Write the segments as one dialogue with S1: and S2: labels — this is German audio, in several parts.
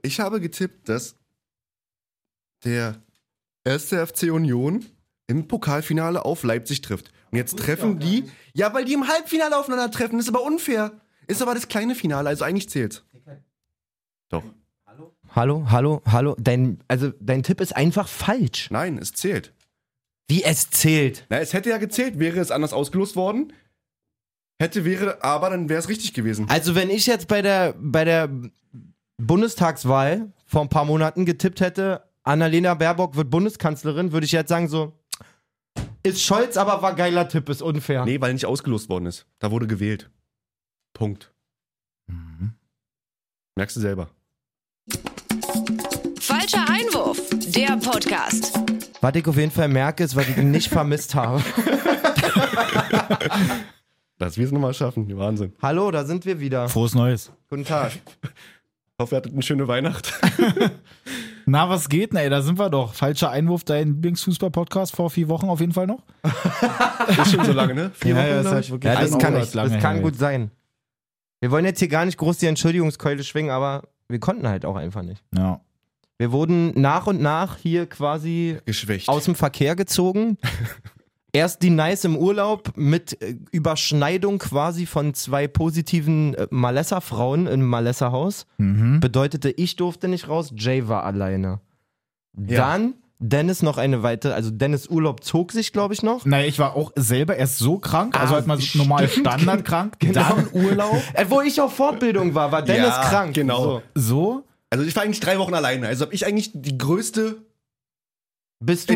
S1: Ich habe getippt, dass der erste FC Union im Pokalfinale auf Leipzig trifft. Und jetzt treffen die. Ja, weil die im Halbfinale aufeinander treffen. Ist aber unfair. Ist aber das kleine Finale, also eigentlich zählt. Doch.
S2: Hallo, hallo, hallo. Dein, also dein Tipp ist einfach falsch.
S1: Nein, es zählt.
S2: Wie es zählt.
S1: Na, es hätte ja gezählt, wäre es anders ausgelost worden. Hätte, wäre, aber dann wäre es richtig gewesen.
S2: Also wenn ich jetzt bei der, bei der Bundestagswahl vor ein paar Monaten getippt hätte, Annalena Baerbock wird Bundeskanzlerin, würde ich jetzt sagen so, ist Scholz, aber war geiler Tipp, ist unfair.
S1: Nee, weil nicht ausgelost worden ist. Da wurde gewählt. Punkt. Merkst du selber.
S3: Falscher Einwurf, der Podcast.
S2: Was ich auf jeden Fall merke, ist, was ich nicht vermisst habe.
S1: Dass wir es nochmal schaffen. Wahnsinn.
S2: Hallo, da sind wir wieder.
S4: Frohes Neues.
S2: Guten Tag.
S1: Ich hoffe, ihr hattet eine schöne Weihnacht.
S4: Na, was geht? Na, ey, da sind wir doch. Falscher Einwurf, dein Lieblingsfußball-Podcast vor vier Wochen auf jeden Fall noch.
S1: ist schon so lange, ne? Vier
S4: ja,
S1: glaub
S4: halt
S1: ich.
S4: wirklich
S2: Ja, das
S4: ein
S2: kann,
S4: Monat
S2: ich,
S4: lange
S2: das kann
S4: her
S2: gut sein. Wir wollen jetzt hier gar nicht groß die Entschuldigungskeule schwingen, aber wir konnten halt auch einfach nicht.
S4: jetzt. Ja.
S2: Wir wurden nach und nach hier quasi
S1: geschwächt.
S2: aus dem Verkehr gezogen. Erst die Nice im Urlaub mit äh, Überschneidung quasi von zwei positiven äh, Malessa-Frauen im Malessa-Haus.
S4: Mhm.
S2: Bedeutete, ich durfte nicht raus, Jay war alleine. Dann Dennis noch eine weitere, also Dennis Urlaub zog sich, glaube ich, noch.
S4: Naja, ich war auch selber erst so krank, also
S2: Ah,
S4: halt mal so normal standardkrank,
S1: Genau.
S4: dann Urlaub,
S2: Äh, wo ich auf Fortbildung war, war Dennis
S1: Ja,
S2: krank.
S1: genau.
S2: So.
S4: so.
S1: Also ich war eigentlich drei Wochen alleine. Also habe ich eigentlich die größte
S2: Bist du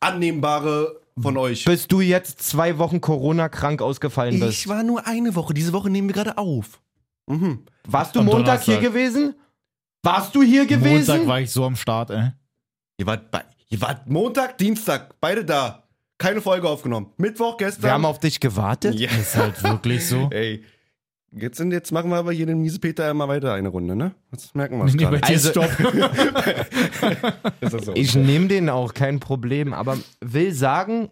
S1: Entschuldigungsannehmbare von euch.
S2: bis du jetzt zwei Wochen Corona krank ausgefallen bist.
S1: war nur eine Woche. Diese Woche nehmen wir gerade auf. Mhm.
S2: Warst du
S4: Am
S2: Montag hier
S4: Donnerstag.
S2: gewesen? Warst du hier gewesen?
S4: Montag war ich so am Start, ey.
S1: Ihr wart, bei, ihr wart Montag, Dienstag, beide da. Keine Folge aufgenommen. Mittwoch, gestern.
S2: Wir haben auf dich gewartet.
S1: ja.
S4: Ist halt wirklich so.
S1: Ey. Jetzt, sind, jetzt machen wir aber hier den miese Peter immer weiter eine Runde, ne? Jetzt merken wir es
S4: Nee, bei
S1: gerade.
S4: dir
S2: Also-
S4: stopp.
S1: Ist das so?
S2: Ich nehme den auch, kein Problem. Aber will sagen,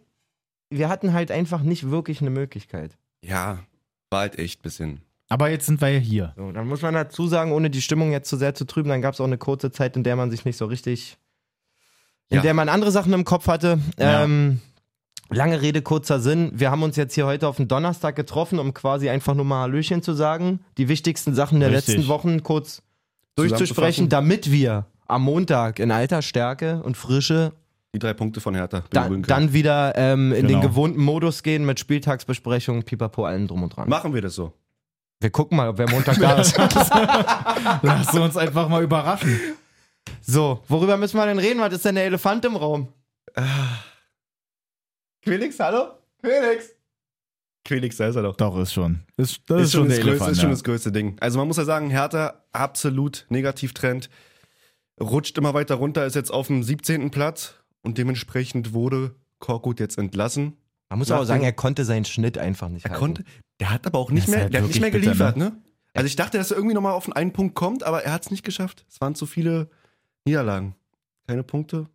S2: wir hatten halt einfach nicht wirklich eine Möglichkeit.
S1: Ja, war halt echt ein bisschen.
S4: Aber jetzt sind wir ja hier.
S2: So, dann muss man dazu sagen, ohne die Stimmung jetzt zu sehr zu trüben, dann gab es auch eine kurze Zeit, in der man sich nicht so richtig, in
S1: Ja.
S2: der man andere Sachen im Kopf hatte.
S4: Ja.
S2: Ähm, lange Rede, kurzer Sinn. Wir haben uns jetzt hier heute auf den Donnerstag getroffen, um quasi einfach nur mal Hallöchen zu sagen, die wichtigsten Sachen der
S4: Richtig.
S2: letzten Wochen kurz durchzusprechen,
S1: Zusammenzufassen.
S2: damit wir am Montag in alter Stärke und Frische
S1: Die drei Punkte von Hertha.
S2: da,
S1: bejubeln können.
S2: dann wieder ähm, in den
S4: Genau.
S2: gewohnten Modus gehen mit Spieltagsbesprechungen, Pipapo, allem drum und dran.
S1: machen wir das so.
S2: Wir gucken mal, ob wer Montag da ist.
S4: Lass uns einfach mal überraschen.
S2: So, worüber müssen wir denn reden? Was ist denn der Elefant im Raum?
S1: Quelix, hallo? Quelix! Quelix, da ist er doch.
S4: Doch, ist schon. Ist, das
S1: ist, schon das größte, ist schon
S4: ja.
S1: das größte Ding. Also man muss ja sagen, Hertha absolut Negativtrend. Rutscht immer weiter runter, ist jetzt auf dem 17. Platz und dementsprechend wurde Korkut jetzt entlassen.
S2: Man muss
S1: Nach
S2: aber sagen,
S1: dem-
S2: er konnte seinen Schnitt einfach nicht
S1: Er
S2: halten.
S1: konnte, der hat aber auch nicht
S4: Das ist
S1: mehr,
S4: halt
S1: der hat nicht mehr
S4: wirklich bitter,
S1: geliefert, ne? Also ich dachte, dass er irgendwie nochmal auf den einen Punkt kommt, aber er hat es nicht geschafft. Es waren zu viele Niederlagen. Keine Punkte.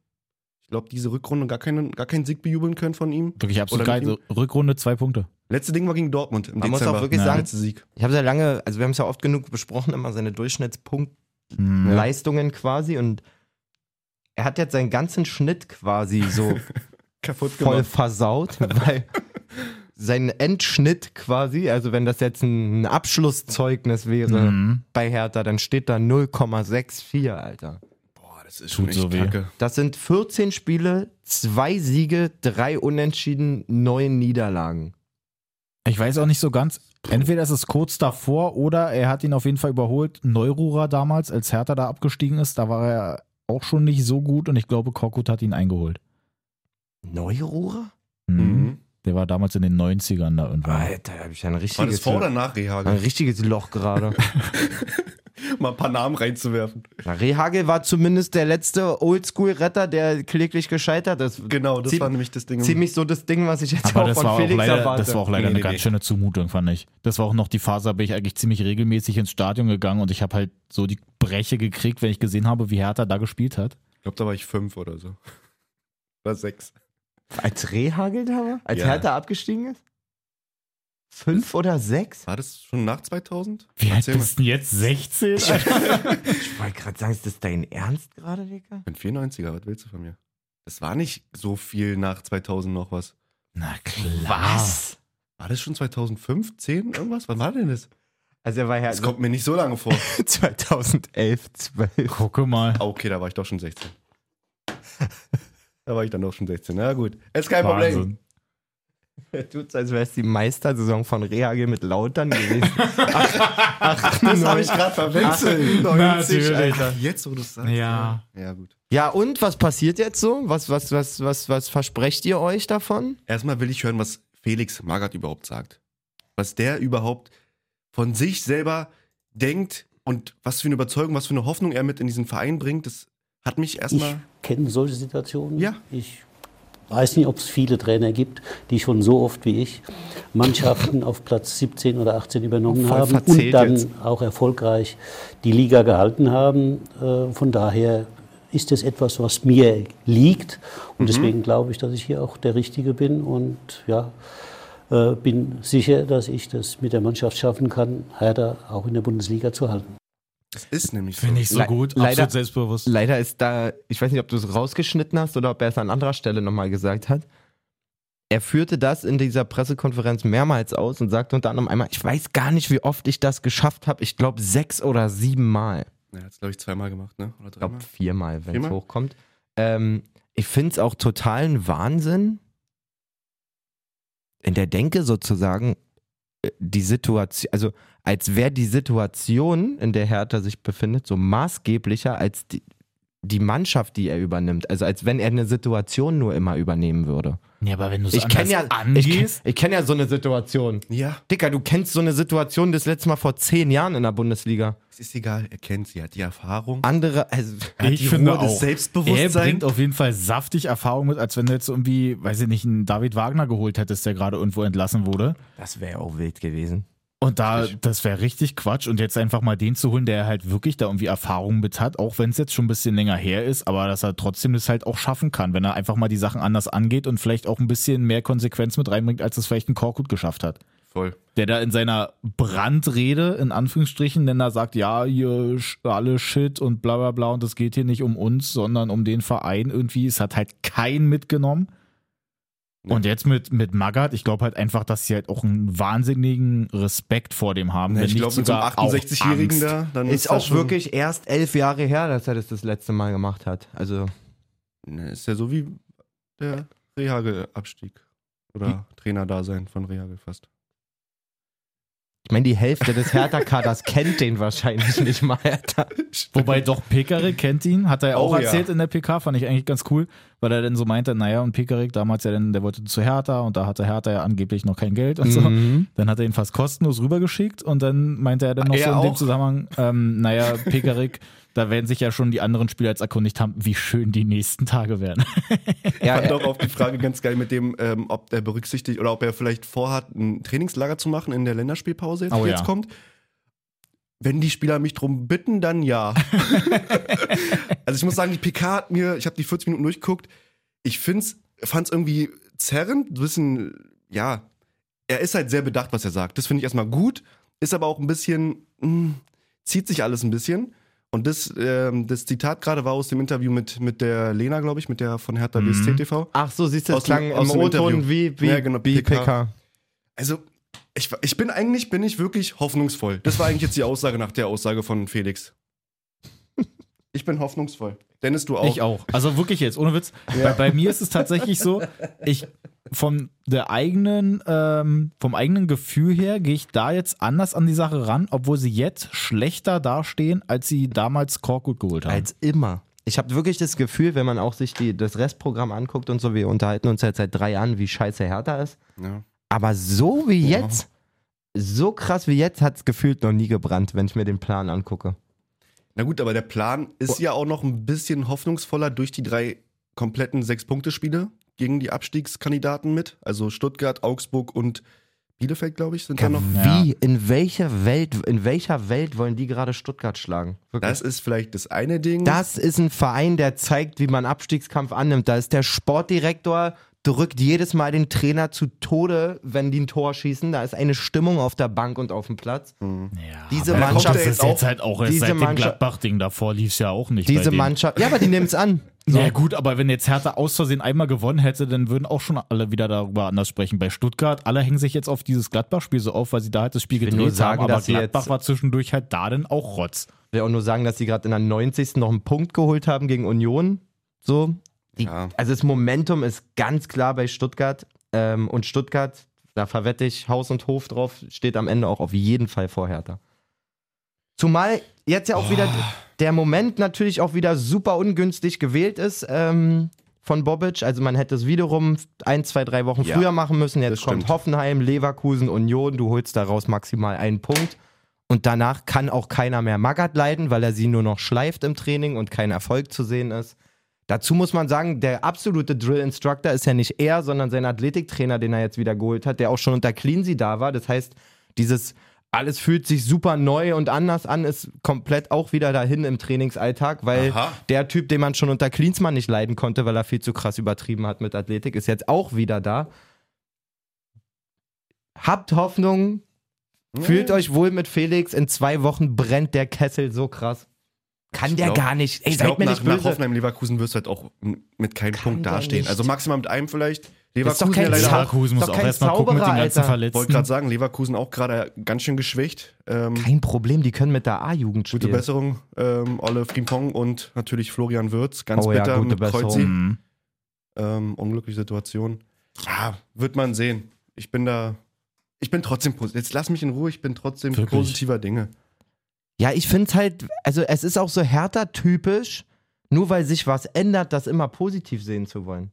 S1: Ich glaube, diese Rückrunde gar keinen, gar keinen Sieg bejubeln können von ihm.
S4: Wirklich absolut
S1: Oder
S4: geil.
S1: mit
S4: So, Rückrunde zwei Punkte.
S1: Letzte Ding war gegen Dortmund im
S2: Man muss
S1: Dezember.
S2: auch wirklich
S1: Der
S2: sagen-
S1: letzte Sieg.
S2: Ich habe ja lange, also wir haben es ja oft genug besprochen, immer seine Durchschnittspunktleistungen
S4: Hm.
S2: quasi und er hat jetzt seinen ganzen Schnitt quasi so
S1: Kaputt
S2: voll
S1: gemacht.
S2: versaut, weil sein Endschnitt quasi, also wenn das jetzt ein Abschlusszeugnis wäre
S4: Mhm.
S2: bei Hertha, dann steht da 0,64, Alter.
S1: Boah, das ist
S4: Tut so weh.
S2: Das sind 14 Spiele, zwei Siege, drei Unentschieden, neun Niederlagen.
S4: Ich weiß auch nicht so ganz. Entweder ist es kurz davor oder er hat ihn auf jeden Fall überholt. Neururer damals, als Hertha da abgestiegen ist, da war er auch schon nicht so gut und ich glaube, Korkut hat ihn eingeholt.
S2: Neururer?
S4: Mhm.
S1: Mhm. Ah,
S4: Der war damals in den 90ern da irgendwann.
S2: Alter, da habe ich ein
S1: War das
S2: richtiges,
S1: vor oder nach
S2: ein
S1: Rehagel?
S2: richtiges Loch gerade.
S1: Mal ein paar Namen reinzuwerfen.
S2: Na, Rehagel war zumindest der letzte Oldschool-Retter, der kläglich gescheitert ist.
S1: Genau, das
S2: Zie-
S1: war nämlich das Ding.
S2: Ziemlich so das Ding, was ich jetzt
S4: Aber
S2: auch
S4: das
S2: von
S4: war auch,
S2: Felix
S4: leider,
S2: erwarte.
S4: das war auch leider
S1: Nee,
S4: eine
S1: nee,
S4: ganz
S1: nee.
S4: schöne Zumutung, fand ich. Das war auch noch die Phase, da bin ich eigentlich ziemlich regelmäßig ins Stadion gegangen und ich habe halt so die Breche gekriegt, wenn ich gesehen habe, wie Hertha da gespielt hat.
S1: Ich glaube, da war ich fünf oder so. Oder sechs.
S2: Als Rehagel da war? Als
S1: Ja.
S2: Hertha abgestiegen ist? Fünf oder sechs?
S1: War das schon nach 2000?
S4: Wie alt
S1: Erzähl mal.
S4: bist du denn jetzt? 16?
S2: Ich wollte gerade sagen, ist das dein Ernst gerade, Digga?
S1: Ich bin 94er, was willst du von mir? Das war nicht so viel nach 2000 noch was.
S4: Na klar.
S2: Was?
S1: War das schon 2005, 10, irgendwas? Wann war denn das?
S2: Also er war ja
S1: Das kommt mir nicht so lange vor.
S2: 2011, 12.
S4: Gucke mal.
S1: Ah, okay, da war ich doch schon 16. Da war ich dann doch schon 16. Na gut, ist kein
S4: Wahnsinn.
S2: Er tut's, als wäre es die Meistersaison von Rehagel mit Lautern gewesen. ach,
S1: Problem. Das habe ich gerade verwechselt. 90,
S4: natürlich.
S1: Alter. Jetzt, wo du es sagst.
S4: Ja.
S1: Ja, gut.
S2: Ja, und was passiert jetzt so? Was, was, was, was, was versprecht ihr euch davon?
S1: Erstmal will ich hören, was Felix Magath überhaupt sagt. Was der überhaupt von sich selber denkt und was für eine Überzeugung, was für eine Hoffnung er mit in diesen Verein bringt, das hat mich
S5: Ich
S1: erstmal.
S5: kenne solche Situationen.
S1: Ja.
S5: Ich weiß nicht, ob es viele Trainer gibt, die schon so oft wie ich Mannschaften auf Platz 17 oder 18 übernommen
S2: Voll
S5: haben
S2: verzählt
S5: und dann
S2: jetzt.
S5: auch erfolgreich die Liga gehalten haben. Äh, Von daher ist es etwas, was mir liegt.
S2: Mhm.
S5: Und deswegen glaube ich, dass ich hier auch der Richtige bin. Und ja, äh, bin sicher, dass ich das mit der Mannschaft schaffen kann, Hertha auch in der Bundesliga zu halten.
S1: Das ist nämlich so.
S4: Finde ich so
S2: Le-
S4: gut.
S2: leider-
S4: Absolut selbstbewusst.
S2: Leider ist da, ich weiß nicht, ob du es rausgeschnitten hast oder ob er es an anderer Stelle nochmal gesagt hat. Er führte das in dieser Pressekonferenz mehrmals aus und sagte unter anderem einmal, ich weiß gar nicht, wie oft ich das geschafft habe. Ich glaube sechs oder sieben Mal.
S1: Er hat es, glaube ich, zweimal gemacht, ne? Oder
S2: Ich glaube
S1: dreimal?
S2: viermal, wenn es
S1: Viermal?
S2: hochkommt. Ähm, ich finde es auch totalen Wahnsinn, in der Denke sozusagen, äh, die Situation, also als wäre die Situation, in der Hertha sich befindet, so maßgeblicher als die, die Mannschaft, die er übernimmt. Also als wenn er eine Situation nur immer übernehmen würde.
S4: Ja, aber wenn du
S2: Ich kenne ja, ich kenn, ich kenn ja so eine Situation.
S1: Ja,
S2: Dicker, du kennst so eine Situation das letzte Mal vor zehn Jahren in der Bundesliga.
S1: es ist egal. Er kennt sie, er hat die Erfahrung.
S2: Andere, also,
S1: hat die
S4: ich finde
S1: Ruhe, das
S4: auch. Er
S1: Selbstbewusstsein.
S4: bringt auf jeden Fall saftig Erfahrung mit, als wenn du jetzt irgendwie, weiß ich nicht, einen David Wagner geholt hättest, der gerade irgendwo entlassen wurde.
S2: das wäre auch wild gewesen.
S4: Und da, das wäre richtig Quatsch. Und jetzt einfach mal den zu holen, der halt wirklich da irgendwie Erfahrung mit hat, auch wenn es jetzt schon ein bisschen länger her ist, aber dass er trotzdem das halt auch schaffen kann, wenn er einfach mal die Sachen anders angeht und vielleicht auch ein bisschen mehr Konsequenz mit reinbringt, als es vielleicht ein Korkut geschafft hat.
S1: Voll.
S4: Der da in seiner Brandrede, in Anführungsstrichen, denn da sagt, ja, ihr sch- alle Shit und bla bla bla und es geht hier nicht um uns, sondern um den Verein irgendwie. Es hat halt keinen mitgenommen.
S1: Nee.
S4: Und jetzt mit, mit Magath, ich glaube halt einfach, dass sie halt auch einen wahnsinnigen Respekt vor dem haben.
S1: Na,
S4: wenn
S1: ich
S4: nicht
S1: glaube, mit so einem
S4: sogar auch
S1: 68-Jährigen
S4: Angst.
S1: da, dann
S2: Ist
S1: das
S2: auch
S1: schon-
S2: wirklich erst elf Jahre her, dass er das das letzte Mal gemacht hat. Also
S1: Ne, Ist ja so wie der Rehagel-Abstieg. Oder Trainerdasein von Rehagel fast.
S2: ich meine, die Hälfte des Hertha-Kaders kennt den wahrscheinlich nicht mal. Hertha.
S4: Wobei doch Pekarik kennt ihn, hat er ja auch
S1: Oh, ja.
S4: erzählt in der PK, fand ich eigentlich ganz cool, weil er dann so meinte, naja, und Pekarik damals ja dann, der wollte zu Hertha und da hatte Hertha ja angeblich noch kein Geld und so.
S2: Mhm.
S4: Dann hat er ihn fast kostenlos rübergeschickt und dann meinte er dann noch
S1: Er
S4: so in dem
S1: auch?
S4: Zusammenhang, ähm, naja, Pekarik, da werden sich ja schon die anderen Spieler jetzt erkundigt haben, wie schön die nächsten Tage werden.
S2: Ja,
S1: fand
S2: er,
S1: auch auf die Frage ganz geil mit dem, ähm, ob er berücksichtigt oder ob er vielleicht vorhat, ein Trainingslager zu machen in der Länderspielpause, jetzt,
S4: Oh
S1: die jetzt
S4: ja.
S1: kommt. Wenn die Spieler mich drum bitten, dann ja. also ich muss sagen, die PK hat mir, ich habe die 40 Minuten durchgeguckt, ich find's, fand's irgendwie zerrend, ein bisschen, ja, er ist halt sehr bedacht, was er sagt. Das finde ich erstmal gut, ist aber auch ein bisschen, mh, zieht sich alles ein bisschen. Und das, ähm, das Zitat gerade war aus dem Interview mit, mit der Lena, glaube ich, mit der von Hertha
S4: Mhm.
S1: BSC TV.
S2: ach so, siehst du, das
S1: Aus dem-
S2: klang
S1: aus
S2: im
S1: dem
S2: O-Ton
S1: Interview.
S2: wie, wie,
S1: Ja, genau,
S2: wie
S1: PK.
S2: PK.
S1: Also, ich, ich bin eigentlich, bin ich wirklich hoffnungsvoll. Das war eigentlich jetzt die Aussage nach der Aussage von Felix. Ich bin hoffnungsvoll. Dennis, du auch.
S4: Ich auch. Also wirklich jetzt, ohne Witz. Bei, bei mir ist es tatsächlich so, ich von der eigenen, ähm, vom eigenen Gefühl her gehe ich da jetzt anders an die Sache ran, obwohl sie jetzt schlechter dastehen, als sie damals Korkut geholt haben.
S2: Als immer. Ich habe wirklich das Gefühl, wenn man auch sich die, das Restprogramm anguckt und so, wir unterhalten uns jetzt seit drei Jahren, wie scheiße Hertha ist.
S1: Ja.
S2: Aber so wie
S1: Ja.
S2: jetzt, so krass wie jetzt, hat es gefühlt noch nie gebrannt, wenn ich mir den Plan angucke.
S1: Na gut, aber der Plan ist ja auch noch ein bisschen hoffnungsvoller durch die drei kompletten Sechs-Punkte-Spiele gegen die Abstiegskandidaten mit. Also Stuttgart, Augsburg und Bielefeld, glaube ich, sind da noch.
S4: Ja.
S2: Wie, in welcher Welt, in welcher Welt wollen die gerade Stuttgart schlagen? Wirklich.
S1: Das ist vielleicht das eine Ding.
S2: Das ist ein Verein, der zeigt, wie man Abstiegskampf annimmt. Da ist der Sportdirektor drückt jedes Mal den Trainer zu Tode, wenn die ein Tor schießen. Da ist eine Stimmung auf der Bank und auf dem Platz.
S4: Ja,
S2: Diese
S4: aber
S2: Mannschaft
S4: das
S1: ist
S4: ist
S1: auch-
S4: jetzt halt auch erst
S2: diese
S4: seit dem
S2: Mannschaft-
S4: Gladbach-Ding. Davor lief es ja auch nicht. bei
S2: Diese
S4: denen.
S2: Mannschaft. Ja, aber die nimmt es an.
S4: Ja gut, aber wenn jetzt Hertha aus Versehen einmal gewonnen hätte, dann würden auch schon alle wieder darüber anders sprechen. Bei Stuttgart, alle hängen sich jetzt auf dieses Gladbach-Spiel so auf, weil sie da halt das Spiel
S2: will
S4: gedreht
S2: nur sagen,
S4: haben, aber
S2: dass sie
S4: Gladbach
S2: jetzt-
S4: war zwischendurch halt da dann auch Rotz.
S2: Ich will auch nur sagen, dass sie gerade in der 90. noch einen Punkt geholt haben gegen Union. So. Die,
S1: Ja.
S2: Also das Momentum ist ganz klar bei Stuttgart. Ähm, und Stuttgart, da verwette ich Haus und Hof drauf, steht am Ende auch auf jeden Fall vor Hertha. Zumal jetzt ja auch wieder
S1: Oh.
S2: der Moment natürlich auch wieder super ungünstig gewählt ist ähm, von Bobic. Also man hätte es wiederum ein, zwei, drei Wochen
S1: Ja,
S2: früher machen müssen.
S1: das
S2: Jetzt kommt
S1: stimmt.
S2: Hoffenheim, Leverkusen, Union. Du holst daraus maximal einen Punkt. Und danach kann auch keiner mehr Magath leiden, weil er sie nur noch schleift im Training und kein Erfolg zu sehen ist. Dazu muss man sagen, der absolute Drill-Instructor ist ja nicht er, sondern sein Athletiktrainer, den er jetzt wieder geholt hat, der auch schon unter Cleansy da war. Das heißt, dieses alles fühlt sich super neu und anders an, ist komplett auch wieder dahin im Trainingsalltag, weil
S1: Aha.
S2: der Typ, den man schon unter Klinsmann nicht leiden konnte, weil er viel zu krass übertrieben hat mit Athletik, ist jetzt auch wieder da. Habt Hoffnung, fühlt euch wohl mit Felix, in zwei Wochen brennt der Kessel so krass. Kann
S1: Ich
S2: der
S1: glaub-
S2: gar nicht. Ey,
S1: Ich
S2: seid
S1: glaube,
S2: mir
S1: nach,
S2: nicht böse.
S1: nach Hoffenheim Leverkusen wirst du halt auch m- mit keinem
S2: Kann
S1: Punkt
S2: der
S1: dastehen.
S2: nicht.
S1: Also maximal mit einem vielleicht.
S2: Ist doch
S1: Leverkusen
S2: kein
S1: ja leider
S2: Zauber.
S1: auch.
S4: Leverkusen
S2: Ist
S4: muss
S2: doch
S4: auch
S2: kein
S4: erstmal gucken mit den
S2: Zauberer,
S4: ganzen
S2: Alter.
S1: Wollte gerade
S4: Verletzten.
S1: sagen, Leverkusen auch gerade ganz schön geschwächt. Ähm,
S2: Hm. Kein Problem, die können mit der A-Jugend
S1: gute
S2: spielen.
S1: Besserung, ähm, Olle Frimpong und natürlich Florian Würz. Ganz
S2: Oh ja,
S1: bitter
S2: gute
S1: mit
S2: Besserung.
S1: Kreuzi.
S4: Mhm.
S1: Ähm, unglückliche Situation. Ja, wird man sehen. Ich bin da. Ich bin trotzdem positiv. Jetzt lass mich in Ruhe, ich bin trotzdem
S4: Wirklich?
S1: positiver Dinge.
S2: Ja, ich finde es halt, also es ist auch so härter typisch, nur weil sich was ändert, das immer positiv sehen zu wollen.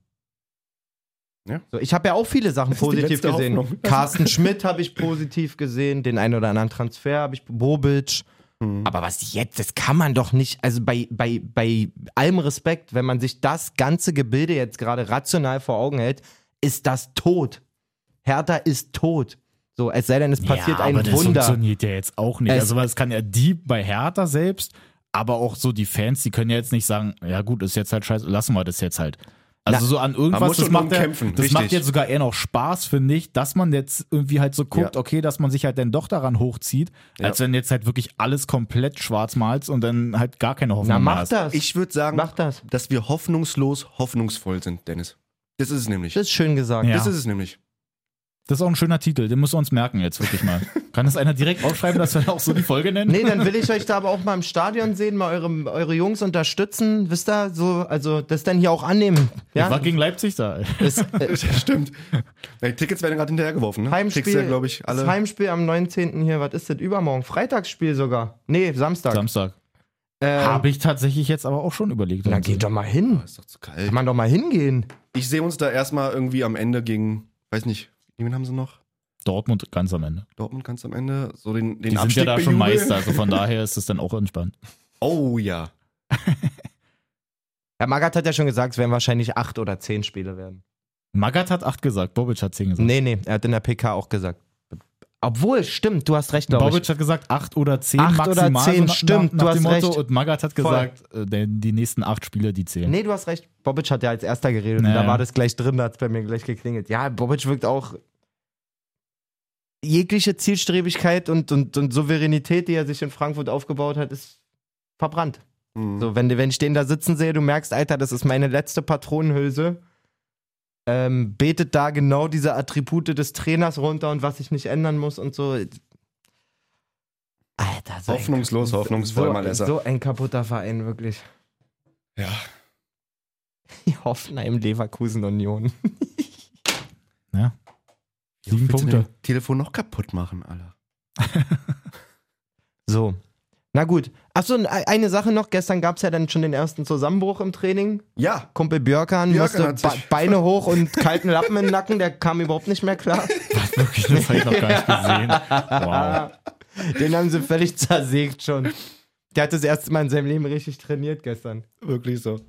S1: Ja.
S2: So, ich habe ja auch viele Sachen
S1: Das ist die
S2: positiv
S1: letzte
S2: gesehen.
S1: Hoffnung.
S2: Carsten Schmidt habe ich positiv gesehen, den einen oder anderen Transfer habe ich, Bobic.
S1: Mhm.
S2: Aber was jetzt, das kann man doch nicht, also bei, bei, bei allem Respekt, wenn man sich das ganze Gebilde jetzt gerade rational vor Augen hält, ist das tot. Hertha ist tot. So, es sei denn, es passiert
S4: ja,
S2: ein
S4: aber das
S2: Wunder.
S4: funktioniert ja jetzt auch nicht.
S2: Es-
S4: also es kann ja die bei Hertha selbst, aber auch so die Fans, die können ja jetzt nicht sagen, ja gut, ist jetzt halt scheiße, lassen wir das jetzt halt. Also
S2: Na,
S4: so an
S1: man
S4: irgendwas,
S1: muss
S4: das
S1: schon
S4: macht, ja,
S1: umkämpfen,
S4: das macht
S1: richtig.
S4: jetzt sogar eher noch Spaß, finde ich, dass man jetzt irgendwie halt so guckt, okay, dass man sich halt dann doch daran hochzieht, als wenn jetzt halt wirklich alles komplett schwarz malst und dann halt gar keine Hoffnung
S2: Na,
S4: mehr
S2: mach
S4: hast.
S2: das.
S1: Ich würde sagen,
S2: Mach das.
S1: dass wir hoffnungslos hoffnungsvoll sind, Dennis. Das ist es nämlich.
S2: Das ist schön gesagt.
S4: Ja.
S1: Das ist es nämlich.
S4: Das ist auch ein schöner Titel, den müssen wir uns merken jetzt wirklich mal. kann das einer direkt aufschreiben, dass wir auch so die Folge nennen?
S2: Nee, dann will ich euch da aber auch mal im Stadion sehen, mal eure, eure Jungs unterstützen. Wisst ihr, so, also das dann hier auch annehmen.
S4: Ich war
S2: Ja?
S4: gegen Leipzig da. ey.
S2: Das, äh,
S1: Stimmt. Die Tickets werden gerade hinterhergeworfen. Ne? Kriegst
S2: Heimspiel,
S1: ja, glaube ich, alle.
S2: das Heimspiel am 19. hier, was ist das? Übermorgen? Freitagsspiel sogar. Nee, Samstag.
S4: Samstag.
S2: Ähm,
S4: Habe ich tatsächlich jetzt aber auch schon überlegt.
S2: Na, geht doch mal hin.
S1: ist doch zu kalt.
S2: Kann man doch mal hingehen.
S1: Ich sehe uns da erstmal irgendwie am Ende gegen, weiß nicht, wen haben sie noch?
S4: Dortmund ganz am Ende.
S1: Dortmund ganz am Ende. So den, den
S4: Die sind
S1: Abstieg
S4: ja da schon
S1: bejubeln.
S4: Meister, also von daher ist es dann auch entspannt.
S1: Oh ja.
S2: Herr Magath hat ja schon gesagt, es werden wahrscheinlich acht oder zehn Spiele werden.
S4: Magath hat 8 gesagt, Bobic hat 10 gesagt.
S2: Nee, nee, er hat in der PK auch gesagt. Obwohl, stimmt, du hast recht, glaube ich.
S4: Bobic hat gesagt 8 oder 10
S2: Acht
S4: maximal.
S2: oder zehn,
S4: nach-
S2: stimmt,
S4: nach
S2: du
S4: dem
S2: hast
S4: Motto.
S2: recht.
S4: Und Magath hat gesagt, äh, denn die nächsten 8 Spiele, die zählen.
S2: Nee, du hast recht. Bobic hat ja als erster geredet und
S4: Naja.
S2: da war das gleich drin, da hat es bei mir gleich geklingelt. Ja, Bobic wirkt auch jegliche Zielstrebigkeit und, und, und Souveränität, die er sich in Frankfurt aufgebaut hat, ist verbrannt.
S1: Mhm.
S2: So, wenn, wenn ich den da sitzen sehe, du merkst, Alter, das ist meine letzte Patronenhülse. Ähm, betet da genau diese Attribute des Trainers runter und was ich nicht ändern muss und so. Alter, so
S1: Hoffnungslos,
S2: ein,
S1: hoffnungsvoll, mal
S2: so,
S1: besser.
S2: so ein kaputter Verein, wirklich.
S1: Ja.
S2: Die Hoffenheim Leverkusen Union.
S4: Ja. Sieben
S1: Willst du
S4: Punkte.
S1: dein Telefon noch kaputt machen, Alter.
S2: So. Na gut. Achso, e-, eine Sache noch. Gestern gab es ja dann schon den ersten Zusammenbruch im Training.
S1: Ja.
S2: Kumpel Björkan
S1: Björkan
S2: musste
S1: hat sich-
S2: Be Beine hoch und kalten Lappen im Nacken. Der kam überhaupt nicht mehr klar.
S4: Was, wirklich, das habe ich noch gar nicht gesehen. Wow.
S2: Den haben sie völlig zersägt schon. Der hat das erste Mal in seinem Leben richtig trainiert gestern.
S1: Wirklich so.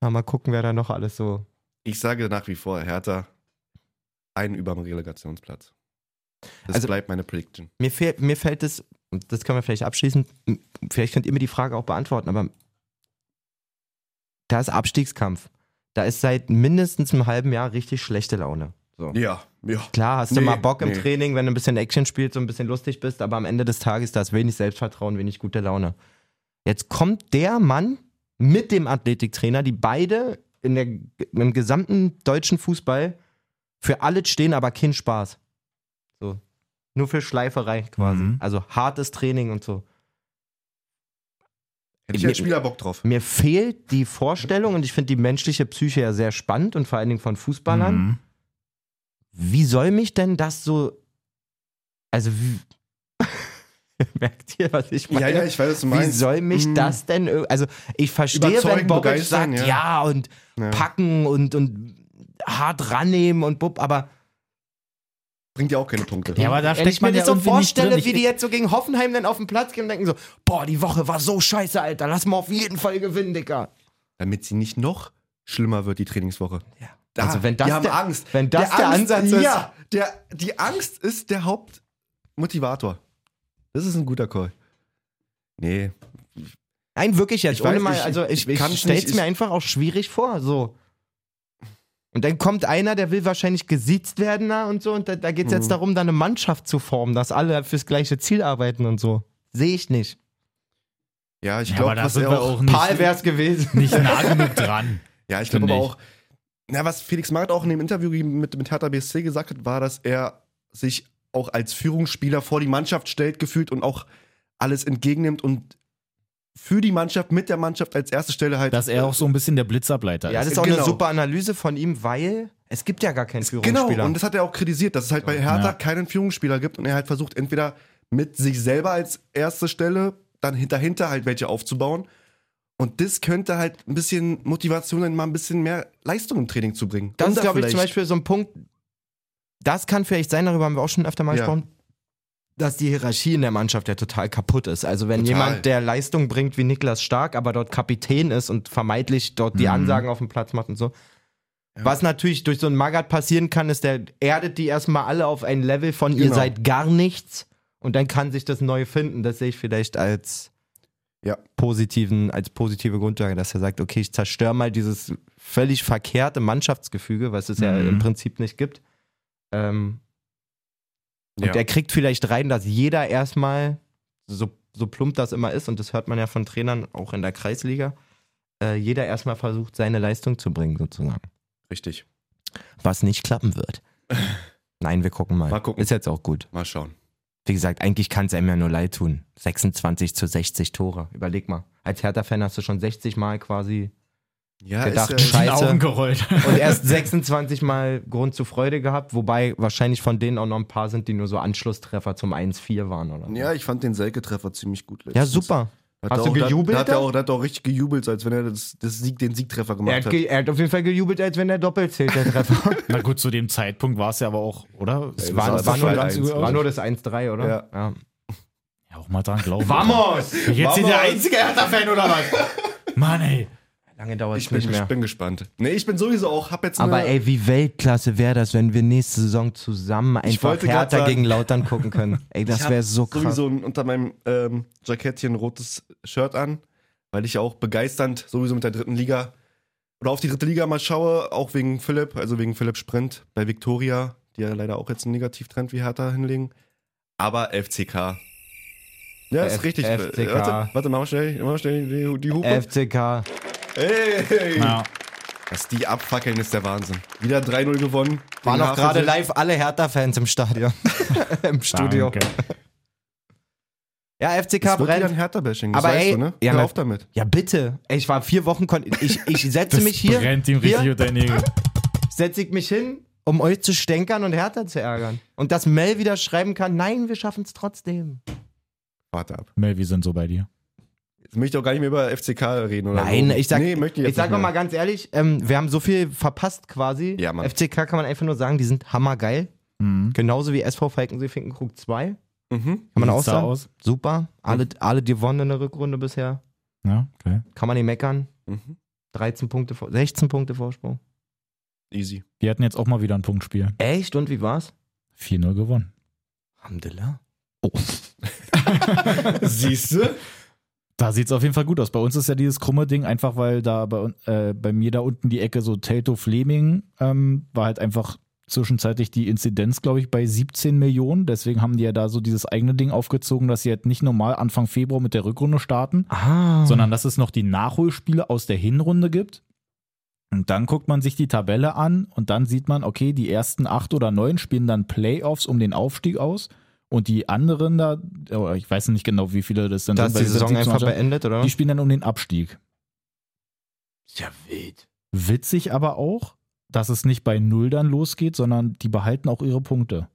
S2: Na, mal gucken, wer da noch alles so.
S1: Ich sage nach wie vor, Hertha, einen über dem Relegationsplatz. Das
S2: Also-
S1: bleibt meine Prediction.
S2: Mir, fehlt, mir fällt es, und das können wir vielleicht abschließen, m- vielleicht könnt ihr mir die Frage auch beantworten, aber da ist Abstiegskampf. da ist seit mindestens einem halben Jahr richtig schlechte Laune. So.
S1: Ja, ja.
S2: Klar, hast du
S1: Nee,
S2: mal Bock im
S1: nee.
S2: Training, wenn du ein bisschen Action spielst und ein bisschen lustig bist, aber am Ende des Tages, da ist wenig Selbstvertrauen, wenig gute Laune. Jetzt kommt der Mann mit dem Athletiktrainer, die beide in der, im gesamten deutschen Fußball für alles stehen, aber keinen Spaß. So. Nur für Schleiferei quasi.
S4: Mhm.
S2: Also hartes Training und so.
S1: Hätte ich als Spieler Bock drauf.
S2: Mir fehlt die Vorstellung und ich finde die menschliche Psyche ja sehr spannend und vor allen Dingen von Fußballern.
S4: Mhm.
S2: wie soll mich denn das so. Also, wie, merkt ihr, was ich meine?
S1: Ja, ja, ich weiß, was du
S2: wie
S1: meinst.
S2: soll mich
S1: Mm.
S2: das denn. ir- Also, ich verstehe, wenn
S1: Überzeugen,
S2: Bobic
S1: begeistern,
S2: sagt, ja,
S1: ja.
S2: und
S1: Ja.
S2: packen und, und hart rannehmen und bub, aber
S1: Bringt ja auch keine Punkte.
S4: Ja, aber
S2: wenn
S4: da
S2: ich
S4: steckt
S2: mir
S4: man ja
S2: das so
S4: irgendwie nicht
S2: vorstelle,
S4: drin. Ich-
S2: wie die jetzt so gegen Hoffenheim dann auf den Platz gehen und denken so: Boah, die Woche war so scheiße, Alter, lass mal auf jeden Fall gewinnen, Dicker.
S1: Damit sie nicht noch schlimmer wird, die Trainingswoche. Ja.
S2: Also wenn das
S1: die haben
S2: der-
S1: Angst.
S2: wenn das der Ansatz ist-
S1: Ja, der, die Angst ist der Hauptmotivator. Das ist ein guter Call. Nee,
S2: Nein, wirklich jetzt.
S1: Ich
S2: ohne
S1: weiß
S2: mal,
S1: nicht,
S2: also ich,
S1: ich
S2: ich
S1: kann's
S2: stelle
S1: nicht,
S2: es mir
S1: ich-
S2: einfach auch schwierig vor. So. Und dann kommt einer, der will wahrscheinlich gesiezt werden na, und so. Und da, da geht es
S1: Mhm.
S2: jetzt darum, da eine Mannschaft zu formen, dass alle fürs gleiche Ziel arbeiten und so. Sehe ich nicht.
S1: ja, ich
S4: Ja,
S1: glaube,
S4: aber da
S1: was
S4: sind
S1: er
S4: wir
S1: auch
S4: auch nicht- Paul
S2: wär's gewesen.
S4: Nicht nah genug dran.
S1: Ja, ich glaube
S4: Finde
S1: aber
S4: ich.
S1: auch, na, was Felix Magath auch in dem Interview mit, mit Hertha BSC gesagt hat, war, dass er sich auch als Führungsspieler vor die Mannschaft stellt, gefühlt und auch alles entgegennimmt und für die Mannschaft, mit der Mannschaft als erste Stelle halt.
S4: Dass er auch so ein bisschen der Blitzableiter
S2: Ja, das
S4: ist.
S2: ist auch eine
S1: Genau.
S2: super Analyse von ihm, weil es gibt ja gar keinen
S1: genau,
S2: Führungsspieler.
S1: und das hat er auch kritisiert, dass es halt bei Hertha
S4: Ja.
S1: keinen Führungsspieler gibt und er halt versucht, entweder mit sich selber als erste Stelle, dann hinterhinter halt welche aufzubauen. Und das könnte halt ein bisschen Motivation sein, mal ein bisschen mehr Leistung im Training zu bringen.
S2: Das
S1: Und
S2: ist,
S1: da
S2: glaube ich,
S1: vielleicht-
S2: zum Beispiel so ein Punkt, das kann vielleicht sein, darüber haben wir auch schon öfter mal
S1: Ja.
S2: gesprochen, dass die Hierarchie in der Mannschaft ja total kaputt ist. Also wenn
S1: Total.
S2: jemand, der Leistung bringt wie Niklas Stark, aber dort Kapitän ist und vermeintlich dort die
S4: Mhm.
S2: Ansagen auf dem Platz macht und so. Was natürlich durch so einen Magat passieren kann, ist, der erdet die erstmal alle auf ein Level von ihr
S1: Genau.
S2: seid gar nichts und dann kann sich das neu finden. Das sehe ich vielleicht als
S1: Ja.
S2: positiven, als positive Grundlage, dass er sagt, okay, ich zerstöre mal dieses völlig verkehrte Mannschaftsgefüge, was es ja
S4: Mhm.
S2: im Prinzip nicht gibt. Ähm, und
S1: Ja.
S2: er kriegt vielleicht rein, dass jeder erstmal, so, so plump das immer ist, und das hört man ja von Trainern auch in der Kreisliga, äh, jeder erstmal versucht, seine Leistung zu bringen, sozusagen.
S1: Richtig.
S2: Was nicht klappen wird. Nein, wir gucken mal.
S1: Mal gucken.
S2: Ist jetzt auch gut.
S1: Mal schauen.
S2: Wie gesagt, eigentlich kann es einem ja nur leid tun. 26 zu 60 Tore. Überleg mal. Als Hertha-Fan hast du schon 60 Mal quasi
S1: Ja, ist
S2: gedacht,
S1: ja,
S4: Die
S2: scheiße.
S4: Augen gerollt.
S2: und erst 26 Mal Grund zur Freude gehabt, wobei wahrscheinlich von denen auch noch ein paar sind, die nur so Anschlusstreffer zum 1-4 waren oder so.
S1: ja, ich fand den Selke-Treffer ziemlich gut.
S2: ja,
S1: letztens.
S2: super.
S1: Hat
S2: Hast
S1: er
S2: du
S1: auch, da-
S2: gejubelt
S1: Da hat er
S2: dann?
S1: auch, da hat er auch richtig gejubelt, als wenn er das, das Sieg, den Siegtreffer
S2: Er
S1: gemacht
S2: hat,
S1: hat.
S2: ge- er hat auf jeden Fall gejubelt, als wenn er doppelt zählt, der Treffer.
S4: Na gut, zu dem Zeitpunkt war es ja aber auch, oder?
S1: Ey,
S4: Es
S1: war-
S4: war,
S1: war nur
S4: ganz
S1: eins,
S4: über-
S2: war nur das 1-3, oder?
S1: Ja.
S4: Ja, auch mal dran glauben.
S2: Vamos!
S4: Bin ich Jetzt hier der
S1: Vamos!
S4: einzige Hertha-Fan oder was? Mann, ey.
S2: Lange dauert
S1: ich,
S2: es
S1: bin,
S2: nicht
S1: ich
S2: mehr.
S1: bin gespannt. Nee, ich bin sowieso auch, hab jetzt
S2: Aber
S1: eine,
S2: ey, wie Weltklasse wäre das, wenn wir nächste Saison zusammen einfach
S1: wollte grad
S2: Hertha
S1: sagen-
S2: gegen Lautern gucken können. Ey,
S1: ich
S2: das
S1: hab
S2: wäre so krass.
S1: sowieso ein, unter meinem ähm, Jackettchen ein rotes Shirt an, weil ich ja auch begeisternd sowieso mit der dritten Liga oder auf die dritte Liga mal schaue, auch wegen Philipp, also wegen Philipp Sprint bei Viktoria, die ja leider auch jetzt einen Negativtrend wie Hertha hinlegen. Aber FCK. Ja,
S2: F-
S1: ist richtig. Äh,
S2: FCK.
S1: Warte, warte, mach mal schnell, mach mal schnell die, die Hupe.
S2: FCK.
S1: Ey!
S4: Ja.
S1: Was die abfackeln, ist der Wahnsinn. Wieder 3-0 gewonnen.
S2: War
S1: Gegen
S2: noch gerade
S1: Hafen-
S2: live alle Hertha-Fans im Stadion. Im Studio.
S4: Danke.
S2: Ja,
S1: Es
S2: FCK
S1: wird wieder ein
S2: brennt.
S1: Hertha-Bashing, das
S2: Aber
S1: weißt
S2: ey,
S1: du, ne?
S2: ja,
S1: Hör
S2: na-
S1: auf damit.
S2: Ja, bitte. Ey, Ich war vier Wochen. kon- Ich, ich setze
S4: Das
S2: mich hier.
S4: brennt ihm richtig
S2: hier
S4: unter den Nägeln.
S2: setze ich mich hin, um euch zu stänkern und Hertha zu ärgern. Und dass Mel wieder schreiben kann: Nein, wir schaffen es trotzdem.
S1: Warte ab.
S4: Mel, wir sind so bei dir.
S1: Jetzt möchte ich auch gar nicht mehr über FCK reden, oder?
S2: Nein,
S1: so.
S2: ich sag,
S1: Nee, möchte ich
S2: ich
S1: jetzt
S2: sag
S1: nicht
S2: noch mal
S1: mehr.
S2: ganz ehrlich, ähm, wir haben so viel verpasst quasi.
S1: Ja, Mann.
S2: FCK kann man einfach nur sagen, die sind hammergeil.
S4: Mhm.
S2: Genauso wie SV Falkensee Finkenkrug 2.
S1: Mhm.
S2: Kann man
S4: Wie
S2: auch
S4: sieht's da
S2: sagen.
S4: aus?
S2: Super. Alle, alle gewonnen in der Rückrunde bisher.
S4: Ja, okay.
S2: Kann man nicht meckern.
S1: Mhm.
S2: 13 Punkte, Vor- 16 Punkte Vorsprung.
S1: Easy.
S4: Die hatten jetzt auch mal wieder ein Punktspiel.
S2: Echt? Und wie war's?
S4: 4-0 gewonnen.
S2: Alhamdulillah.
S1: Siehst du?
S4: Da sieht es auf jeden Fall gut aus. Bei uns ist ja dieses krumme Ding einfach, weil da bei, un- äh, bei mir da unten die Ecke so Telto Fleming ähm, war halt einfach zwischenzeitlich die Inzidenz, glaube ich, bei 17 Millionen. Deswegen haben die ja da so dieses eigene Ding aufgezogen, dass sie halt nicht normal Anfang Februar mit der Rückrunde starten,
S2: Ah.
S4: sondern dass es noch die Nachholspiele aus der Hinrunde gibt. Und dann guckt man sich die Tabelle an und dann sieht man, okay, die ersten acht oder neun spielen dann Playoffs um den Aufstieg aus. Und die anderen da, oh, ich weiß nicht genau, wie viele das dann
S2: da ist
S4: weil
S2: die
S4: es
S2: Saison
S4: 17
S2: einfach
S4: Mannschaften-
S2: beendet, oder?
S4: die spielen dann um den Abstieg.
S2: ja wild.
S4: Witzig aber auch, dass es nicht bei Null dann losgeht, sondern die behalten auch ihre Punkte.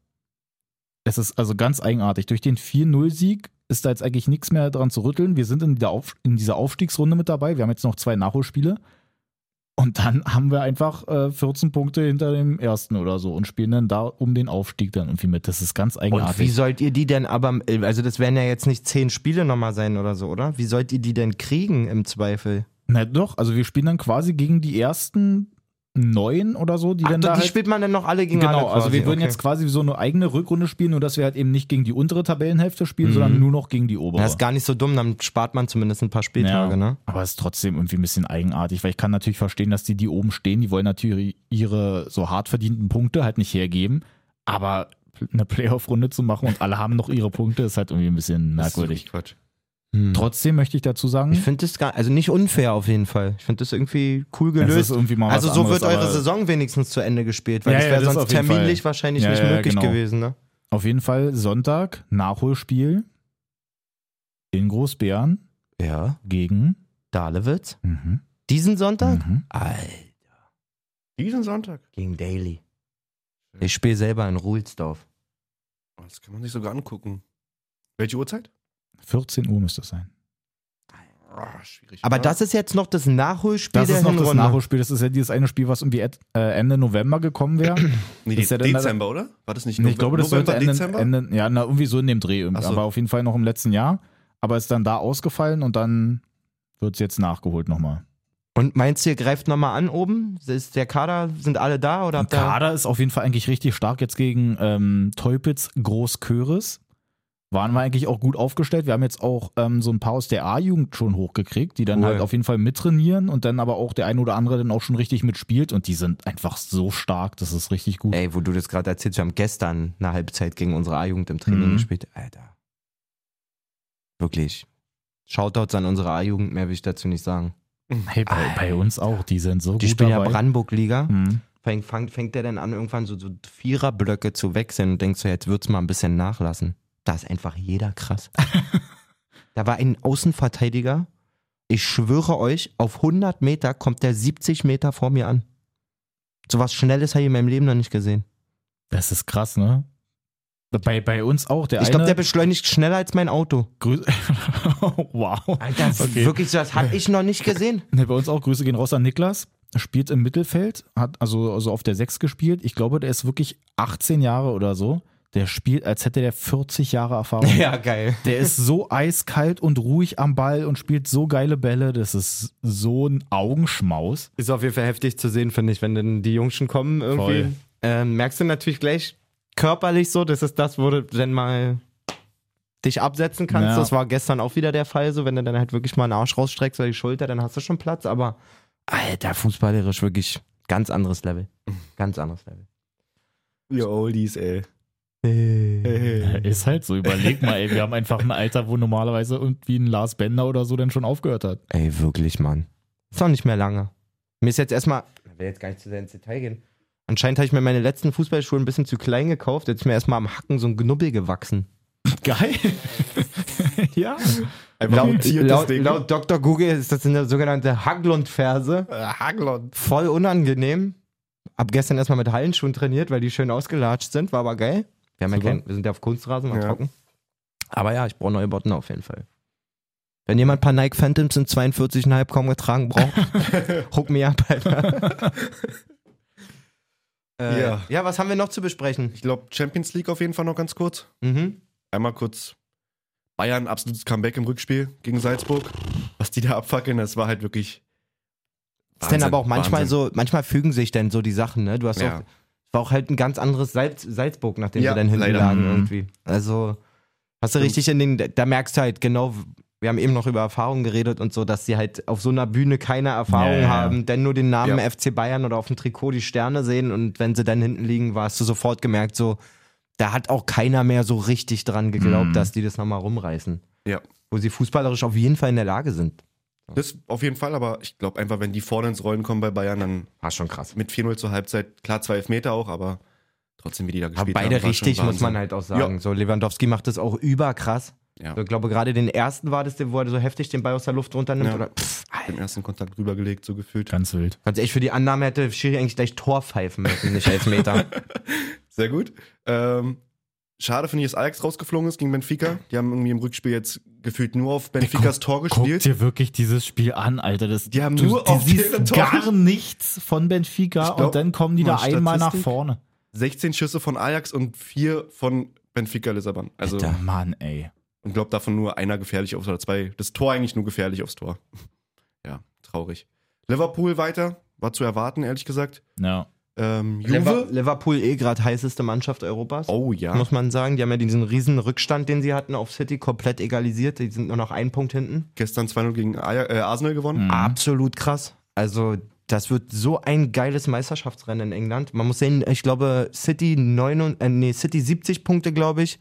S4: Es ist also ganz eigenartig. Durch den 4-0-Sieg ist da jetzt eigentlich nichts mehr dran zu rütteln. Wir sind in, der Auf in dieser Aufstiegsrunde mit dabei. Wir haben jetzt noch zwei Nachholspiele. Und dann haben wir einfach äh, 14 Punkte hinter dem ersten oder so und spielen dann da um den Aufstieg dann irgendwie mit. Das ist ganz
S2: Und wie
S4: eigenartig.
S2: sollt ihr die denn aber, also das werden ja jetzt nicht zehn Spiele nochmal sein oder so, oder? Wie sollt ihr die denn kriegen im Zweifel?
S4: Na doch, also wir spielen dann quasi gegen die ersten neun oder so, die
S2: Ach,
S4: dann
S2: doch,
S4: da
S2: die
S4: halt
S2: spielt man dann noch alle gegen alle
S4: Genau,
S2: quasi.
S4: also wir würden
S2: okay.
S4: jetzt quasi so eine eigene Rückrunde spielen, nur dass wir halt eben nicht gegen die untere Tabellenhälfte spielen,
S2: Mhm.
S4: sondern nur noch gegen die obere.
S2: Das ist gar nicht so dumm, dann spart man zumindest ein paar Spieltage,
S4: Ja.
S2: ne?
S4: Aber es ist trotzdem irgendwie ein bisschen eigenartig, weil ich kann natürlich verstehen, dass die, die oben stehen, die wollen natürlich ihre so hart verdienten Punkte halt nicht hergeben, aber eine Playoff-Runde zu machen und alle haben noch ihre Punkte, ist halt irgendwie ein bisschen
S1: Das ist wirklich
S4: merkwürdig.
S1: Quatsch.
S2: Hm.
S4: Trotzdem möchte ich dazu sagen,
S2: Ich finde das gar, also nicht unfair auf jeden Fall. Ich finde das irgendwie cool
S4: das ist
S2: gelöst.
S4: irgendwie mal
S2: Also
S4: was
S2: so
S4: anderes,
S2: wird eure
S4: aber-
S2: Saison wenigstens zu Ende gespielt, weil
S4: Ja,
S2: das
S4: ja,
S2: wäre
S4: das
S2: sonst
S4: auf jeden Fall.
S2: terminlich wahrscheinlich
S4: Ja,
S2: nicht
S4: ja,
S2: möglich
S4: genau.
S2: gewesen, ne?
S4: Auf jeden Fall Sonntag Nachholspiel in Großbären
S2: Ja.
S4: gegen.
S2: Dalewitz.
S4: Mhm.
S2: Diesen Sonntag?
S4: Mhm.
S2: Alter,
S1: Diesen Sonntag.
S2: gegen Daly. Ich spiele selber in Ruhlsdorf.
S1: Oh, Das kann man sich sogar angucken. Welche Uhrzeit?
S4: 14 Uhr müsste es sein.
S1: Ah, schwierig.
S2: Aber
S1: Ja.
S2: das ist jetzt noch das Nachholspiel
S4: Das
S2: der
S4: ist noch das
S2: Hinrunde.
S4: Nachholspiel. Das ist ja dieses eine Spiel, was irgendwie et- äh, Ende November gekommen wäre.
S1: Nee,
S4: ist ja dann-
S1: Dezember, oder? War das nicht
S4: Nee, ich glaube, das
S1: November,
S4: sollte Ende,
S1: Dezember?
S4: Ende, ja, na, irgendwie so in dem Dreh. irgendwie.
S1: Ach so.
S4: Aber auf jeden Fall noch im letzten Jahr. Aber ist dann da ausgefallen und dann wird es jetzt nachgeholt nochmal.
S2: Und meinst du, ihr greift nochmal an oben? Ist der Kader, sind alle da oder
S4: Der
S2: habt ihr-
S4: Kader ist auf jeden Fall eigentlich richtig stark jetzt gegen ähm, Teupitz Großköres. Waren wir eigentlich auch gut aufgestellt. Wir haben jetzt auch ähm, so ein paar aus der A-Jugend schon hochgekriegt, die dann
S2: Cool.
S4: halt auf jeden Fall mittrainieren und dann aber auch der ein oder andere dann auch schon richtig mitspielt. Und die sind einfach so stark, das ist richtig gut.
S2: Ey, wo du das gerade erzählst, wir haben gestern eine Halbzeit gegen unsere A-Jugend im Training
S4: Mhm.
S2: gespielt. Alter. Wirklich. Shoutouts an unsere A-Jugend, mehr will ich dazu nicht sagen.
S4: Hey, bei, bei uns auch, die sind so
S2: Die
S4: gut
S2: spielen ja
S4: dabei.
S2: Brandenburg-Liga.
S4: Mhm.
S2: Fängt, fängt, fängt der dann an, irgendwann so, so Viererblöcke zu wechseln und denkst du, jetzt wird's mal ein bisschen nachlassen. Da ist einfach jeder krass. da war ein Außenverteidiger. Ich schwöre euch, auf 100 Meter kommt der 70 Meter vor mir an. So was Schnelles habe ich in meinem Leben noch nicht gesehen.
S4: Das ist krass, ne? Bei, bei uns auch. Der
S2: Ich glaube, der
S4: eine
S2: beschleunigt schneller als mein Auto.
S4: Grüße. wow.
S2: Alter, das
S4: Okay.
S2: ist wirklich so, das habe ich noch nicht gesehen.
S4: Ne, bei uns auch. Grüße gehen raus an Niklas. Spielt im Mittelfeld, hat also, also auf der 6 gespielt. Ich glaube, der ist wirklich 18 Jahre oder so. Der spielt, als hätte der 40 Jahre Erfahrung.
S2: geil.
S4: Der ist so eiskalt und ruhig am Ball und spielt so geile Bälle. Das ist so ein Augenschmaus.
S2: Ist auf jeden Fall heftig zu sehen, finde ich, wenn dann die Jungschen kommen irgendwie.
S4: Voll.
S2: Ähm, merkst du natürlich gleich körperlich so, das ist das, wo du dann mal dich absetzen kannst.
S4: Ja.
S2: Das war gestern auch wieder der Fall, so wenn du dann halt wirklich mal einen Arsch rausstreckst oder die Schulter, dann hast du schon Platz, aber alter, fußballerisch wirklich ganz anderes Level. Ganz anderes Level.
S1: Ihr Oldies, ey.
S4: Ist halt so. Überleg mal, ey. Wir haben einfach ein Alter, wo normalerweise irgendwie ein Lars Bender oder so dann schon aufgehört hat.
S2: Ey, wirklich, Mann. Ist doch nicht mehr lange. Mir ist jetzt erstmal, ich will jetzt gar nicht zu sehr ins Detail gehen. Anscheinend habe ich mir meine letzten Fußballschuhe ein bisschen zu klein gekauft. Jetzt ist mir erstmal am Hacken so ein Knubbel gewachsen.
S4: Geil. ja.
S2: Laut,
S1: mutiertes
S2: laut,
S1: Ding.
S2: laut Dr. Google ist das eine sogenannte Haglund-Ferse.
S1: Äh, Haglon.
S2: Voll unangenehm. Hab gestern erstmal mit Hallenschuhen trainiert, weil die schön ausgelatscht sind. War aber geil. Wir, haben ja
S4: Super.
S2: kein, wir sind ja auf Kunstrasen, war
S1: Ja.
S2: trocken. Aber ja, ich brauche neue Botten auf jeden Fall. Wenn jemand ein paar Nike Phantoms in 42,5 kaum getragen braucht, huck mir ab, Alter. äh,
S1: Ja.
S2: ja. was haben wir noch zu besprechen?
S1: Ich glaube, Champions League auf jeden Fall noch ganz kurz.
S2: Mhm.
S1: Einmal kurz. Bayern, absolutes Comeback im Rückspiel gegen Salzburg. Was die da abfackeln, das war halt wirklich.
S2: Ist denn aber auch manchmal
S1: Wahnsinn.
S2: so, manchmal fügen sich denn so die Sachen, ne? Du hast
S1: Ja.
S2: auch, war auch halt ein ganz anderes Salz, Salzburg, nachdem
S1: Ja,
S2: wir dann hinten
S1: leider.
S2: lagen
S4: Mhm.
S2: irgendwie. Also, hast du richtig in den, da merkst du halt genau, wir haben eben noch über Erfahrungen geredet und so, dass sie halt auf so einer Bühne keine Erfahrung
S4: Ja, ja, ja.
S2: haben, denn nur den Namen
S1: Ja.
S2: FC Bayern oder auf dem Trikot die Sterne sehen und wenn sie dann hinten liegen, warst du sofort gemerkt, so, da hat auch keiner mehr so richtig dran geglaubt, dass die das nochmal rumreißen.
S1: Ja.
S2: Wo sie fußballerisch auf jeden Fall in der Lage sind.
S1: Das auf jeden Fall, aber ich glaube einfach, wenn die vorne ins Rollen kommen bei Bayern, dann
S2: War schon krass.
S1: mit 4-0 zur Halbzeit, klar, zwei Elfmeter auch, aber trotzdem, wie die da gespielt
S2: Aber
S1: haben.
S2: beide
S1: war
S2: richtig,
S1: schon
S2: muss man
S1: Wahnsinn.
S2: halt auch sagen. So, Lewandowski macht das auch überkrass.
S1: Ja.
S2: So, ich glaube, gerade den ersten war das, wo er so heftig den Ball aus der Luft runternimmt.
S1: Ja.
S2: Oder, pff,
S1: Den ersten Kontakt rübergelegt, so gefühlt.
S4: Ganz wild.
S2: ganz ehrlich, für die Annahme hätte Schiri eigentlich gleich Tor pfeifen müssen, nicht Elfmeter.
S1: Sehr gut. Ähm, schade finde ich, dass Ajax rausgeflogen ist gegen Benfica. Die haben irgendwie im Rückspiel jetzt gefühlt nur auf Benficas Tor
S4: Guck
S1: gespielt.
S4: dir wirklich dieses Spiel an, Alter. Das,
S1: Die haben
S4: du,
S1: nur
S4: du
S1: auf deren
S4: siehst
S1: Tor-
S4: gar nichts von Benfica
S1: Ich glaub,
S4: und dann kommen die da
S1: mal
S4: einmal nach
S1: Statistik.
S4: vorne.
S1: 16 Schüsse von Ajax und 4 von Benfica Lissabon. Also,
S4: Alter, Mann, ey.
S1: und glaube davon nur einer gefährlich aufs oder zwei. Das Tor eigentlich nur gefährlich aufs Tor. Ja, traurig. Liverpool weiter, war zu erwarten, ehrlich gesagt.
S4: Ja.
S1: Ähm, Juve.
S2: Lever- Liverpool eh gerade heißeste Mannschaft Europas.
S1: oh ja.
S2: Muss man sagen, die haben ja diesen riesen Rückstand, den sie hatten auf City, komplett egalisiert. Die sind nur noch einen Punkt hinten.
S1: Gestern 2-0 gegen Aja äh, Arsenal
S4: Mhm.
S1: gewonnen.
S2: Absolut krass. Also, das wird so ein geiles Meisterschaftsrennen in England. Man muss sehen, ich glaube, City, 9 und, äh, nee, City 70 Punkte, glaube ich.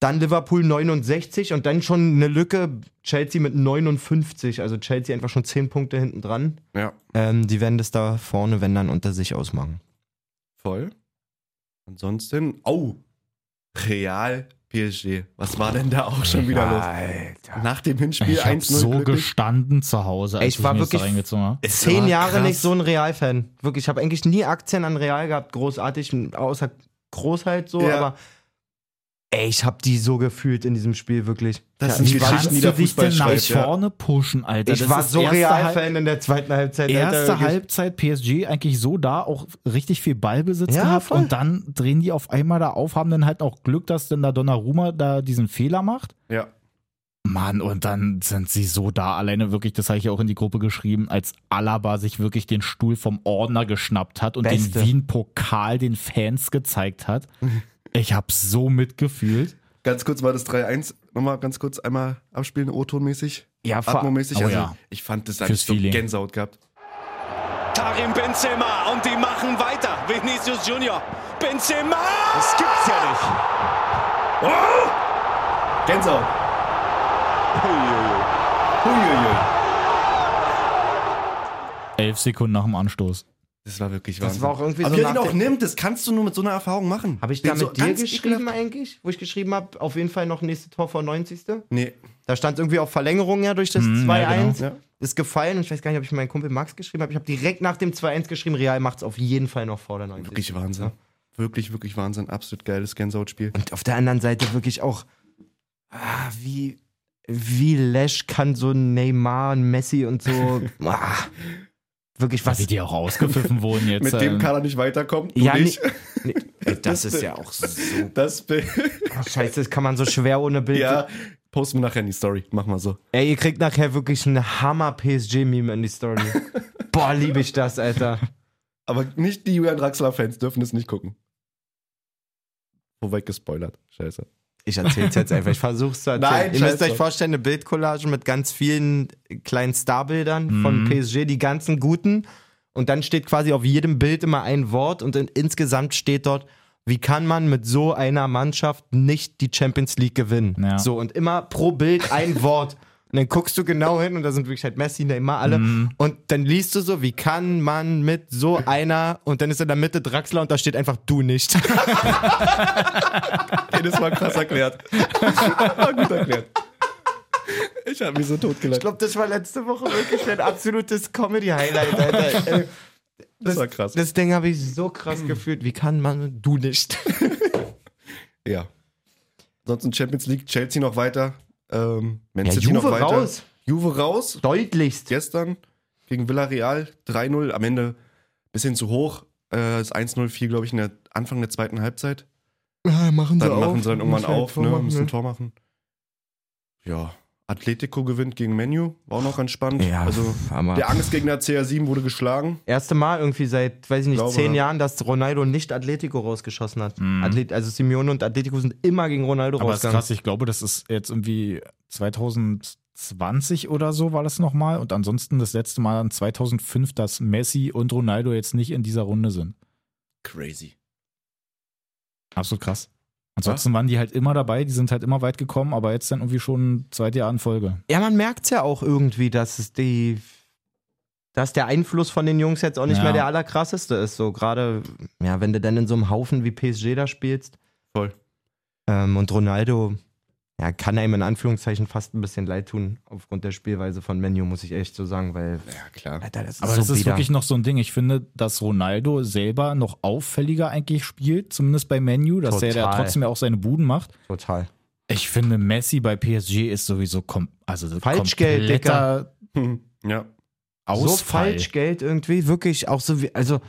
S2: Dann Liverpool 69 und dann schon eine Lücke. Chelsea mit 59. Also Chelsea einfach schon 10 Punkte hinten dran.
S1: Ja,
S2: Ähm, die werden das da vorne, wenn dann, unter sich ausmachen.
S1: voll. Ansonsten, au, Real PSG. Was war denn da auch schon wieder los?
S2: Alter.
S1: Nach dem Hinspiel
S4: Ich hab
S1: 1-0
S4: so
S1: glücklich.
S4: gestanden zu Hause, als
S2: Ich war
S4: mir das
S2: wirklich-
S4: da reingezogen habe.
S2: Zehn
S1: war
S2: Jahre
S1: krass.
S2: nicht so ein Real-Fan. Wirklich, ich habe eigentlich nie Aktien an Real gehabt, großartig, außer Großheit so,
S1: Ja.
S2: aber ey, ich habe die so gefühlt in diesem Spiel, wirklich.
S1: Das
S2: Ja,
S1: sind
S2: ich war,
S1: Geschichten, die
S4: Kannst
S1: der
S4: du dich
S1: Fußball
S4: denn nach
S1: schreibt, ja.
S4: vorne pushen, Alter?
S2: ich
S4: Das
S2: war
S4: ist
S2: so
S4: erste Halb-
S2: Real-Fan in der zweiten Halbzeit. Alter,
S4: Erste
S2: wirklich.
S4: Halbzeit PSG eigentlich so da, auch richtig viel Ballbesitz
S2: Ja,
S4: gehabt
S2: voll.
S4: und dann drehen die auf einmal da auf, haben dann halt noch Glück, dass denn da Donnarumma da diesen Fehler macht.
S1: Ja,
S4: Mann, und dann sind sie so da alleine wirklich, das habe ich ja auch in die Gruppe geschrieben, als Alaba sich wirklich den Stuhl vom Ordner geschnappt hat und
S2: Beste.
S4: den Wien-Pokal den Fans gezeigt hat. Ich habe so mitgefühlt.
S1: ganz kurz war das 3-1. Nochmal ganz kurz einmal abspielen, O-Ton-mäßig,
S4: Ja,
S1: Atmo-mäßig.
S4: Oh
S1: also,
S4: ja.
S1: ich fand das
S4: Fürs
S1: eigentlich so
S4: Feeling.
S1: Gänsehaut gehabt.
S6: Karim Benzema und die machen weiter. Vinicius Junior. Benzema! Das gibt's ja nicht.
S1: Gänsehaut. Huiuiui.
S4: Elf Sekunden nach dem Anstoß.
S1: Das war wirklich
S2: Das
S1: Wahnsinn.
S2: war auch irgendwie
S1: Aber
S2: so
S1: wer den
S2: nach
S1: auch
S2: dem-
S1: nimmt, das kannst du nur mit so einer Erfahrung machen.
S2: Habe ich
S1: Den
S2: da mit
S1: so
S2: dir
S1: ganz
S2: geschrieben
S1: ekelhaft-
S2: eigentlich? Wo ich geschrieben habe, auf jeden Fall noch nächste Tor vor 90.
S1: Nee.
S2: Da stand irgendwie auf Verlängerung ja durch das
S4: Hm,
S2: 2-1.
S4: ja, genau.
S1: Ja.
S2: Ist gefallen und ich weiß gar nicht, ob ich meinen Kumpel Max geschrieben habe. Ich habe direkt nach dem 2-1 geschrieben, Real macht's auf jeden Fall noch vor der 90.
S1: Wirklich Wahnsinn. Wirklich, wirklich Wahnsinn. Absolut geiles Gänsehautspiel.
S2: Und auf der anderen Seite wirklich auch, ah, wie, wie läsch kann so ein Neymar, ein Messi und so, ah, wirklich was.
S4: Wie die auch ausgepfiffen wurden jetzt.
S1: Mit dem
S4: ähm,
S1: Kader nicht weiterkommt, du
S2: Ja,
S1: nicht.
S2: nee, ey, das ist ja auch so.
S1: Das Bild.
S2: Ach, scheiße, das kann man so schwer ohne Bild.
S1: Ja, posten wir nachher in die Story. Mach mal so.
S2: Ey, ihr kriegt nachher wirklich ein Hammer-PSG-Meme in die Story. Boah, liebe ich das, Alter.
S1: Aber nicht die Julian Draxler-Fans dürfen es nicht gucken. Wobei gespoilert. Scheiße.
S2: Ich erzähl's jetzt einfach, ich versuch's zu erzählen.
S1: Nein,
S2: Ihr müsst
S1: scheiß
S2: euch
S1: drauf.
S2: vorstellen, eine Bildcollage mit ganz vielen kleinen Starbildern von
S4: Mhm.
S2: PSG, die ganzen guten. Und dann steht quasi auf jedem Bild immer ein Wort und in, insgesamt steht dort, wie kann man mit so einer Mannschaft nicht die Champions League gewinnen?
S4: Ja.
S2: So, und immer pro Bild ein Wort. Und dann guckst du genau hin und da sind wirklich halt Messi, Neymar, alle.
S4: Mhm.
S2: Und dann liest du so, wie kann man mit so einer, und dann ist in der Mitte Draxler und da steht einfach du nicht.
S1: Jedes Mal krass erklärt. War gut erklärt. Ich habe mich so totgelacht.
S2: Ich glaube, das war letzte Woche wirklich ein absolutes Comedy-Highlight, Alter. Äh,
S1: das, war krass. Mhm.
S2: Das Ding habe ich so krass gefühlt. Wie kann man du nicht?
S1: ja. Ansonsten Champions League, Chelsea noch weiter. Ähm, Man City noch weiter. Juve raus.
S2: Deutlichst.
S1: Gestern gegen Villarreal 3-0. Am Ende ein bisschen zu hoch. Äh, das 1-0 fiel, glaube ich, in der Anfang der zweiten Halbzeit.
S2: machen
S1: halt ne,
S2: ne?
S1: Dann machen sie dann irgendwann auf, ne? Müssen ein Tor machen. Ja, Atletico gewinnt gegen Menu, war auch noch ganz spannend.
S2: Ja,
S1: also
S2: aber-
S1: der Angstgegner CR7 wurde geschlagen.
S2: Erste Mal irgendwie seit, weiß ich nicht,
S1: Glaube,
S2: zehn
S1: ja. Mhm.
S2: Jahren, dass Ronaldo nicht Atletico rausgeschossen hat. Athlet, also Simeone und Atletico sind immer gegen Ronaldo
S4: Aber ist
S2: rausgegangen.
S4: krass, ich glaube, das ist jetzt irgendwie 2020 oder so war das nochmal. Und ansonsten das letzte Mal dann 2005, dass Messi und Ronaldo jetzt nicht in dieser Runde sind.
S1: Crazy.
S4: Absolut krass. Ansonsten waren die halt immer dabei, die sind halt immer weit gekommen, aber jetzt dann irgendwie schon zweite Jahr in Folge.
S2: Ja, man merkt es ja auch irgendwie, dass es die, dass der Einfluss von den Jungs jetzt auch nicht
S4: Ja.
S2: mehr der allerkrasseste ist. So gerade, ja, wenn du dann in so einem Haufen wie PSG da spielst.
S1: Voll.
S2: Ähm, und Ronaldo, ja, kann einem in Anführungszeichen fast ein bisschen leid tun, aufgrund der Spielweise von Menu, muss ich echt so sagen, weil,
S1: Ja, klar.
S2: Alter, das ist
S4: Aber
S2: so
S4: das ist
S2: bieder.
S4: wirklich noch so ein Ding. Ich finde, dass Ronaldo selber noch auffälliger eigentlich spielt, zumindest bei Menu, dass der ja
S2: Total.
S4: trotzdem ja auch seine Buden macht.
S2: Total.
S4: Ich finde, Messi bei PSG ist sowieso kom also so
S2: Falschgeld,
S4: kompletter
S1: Hm, ja.
S4: Ausfall.
S2: So Falschgeld irgendwie, wirklich auch so wie, also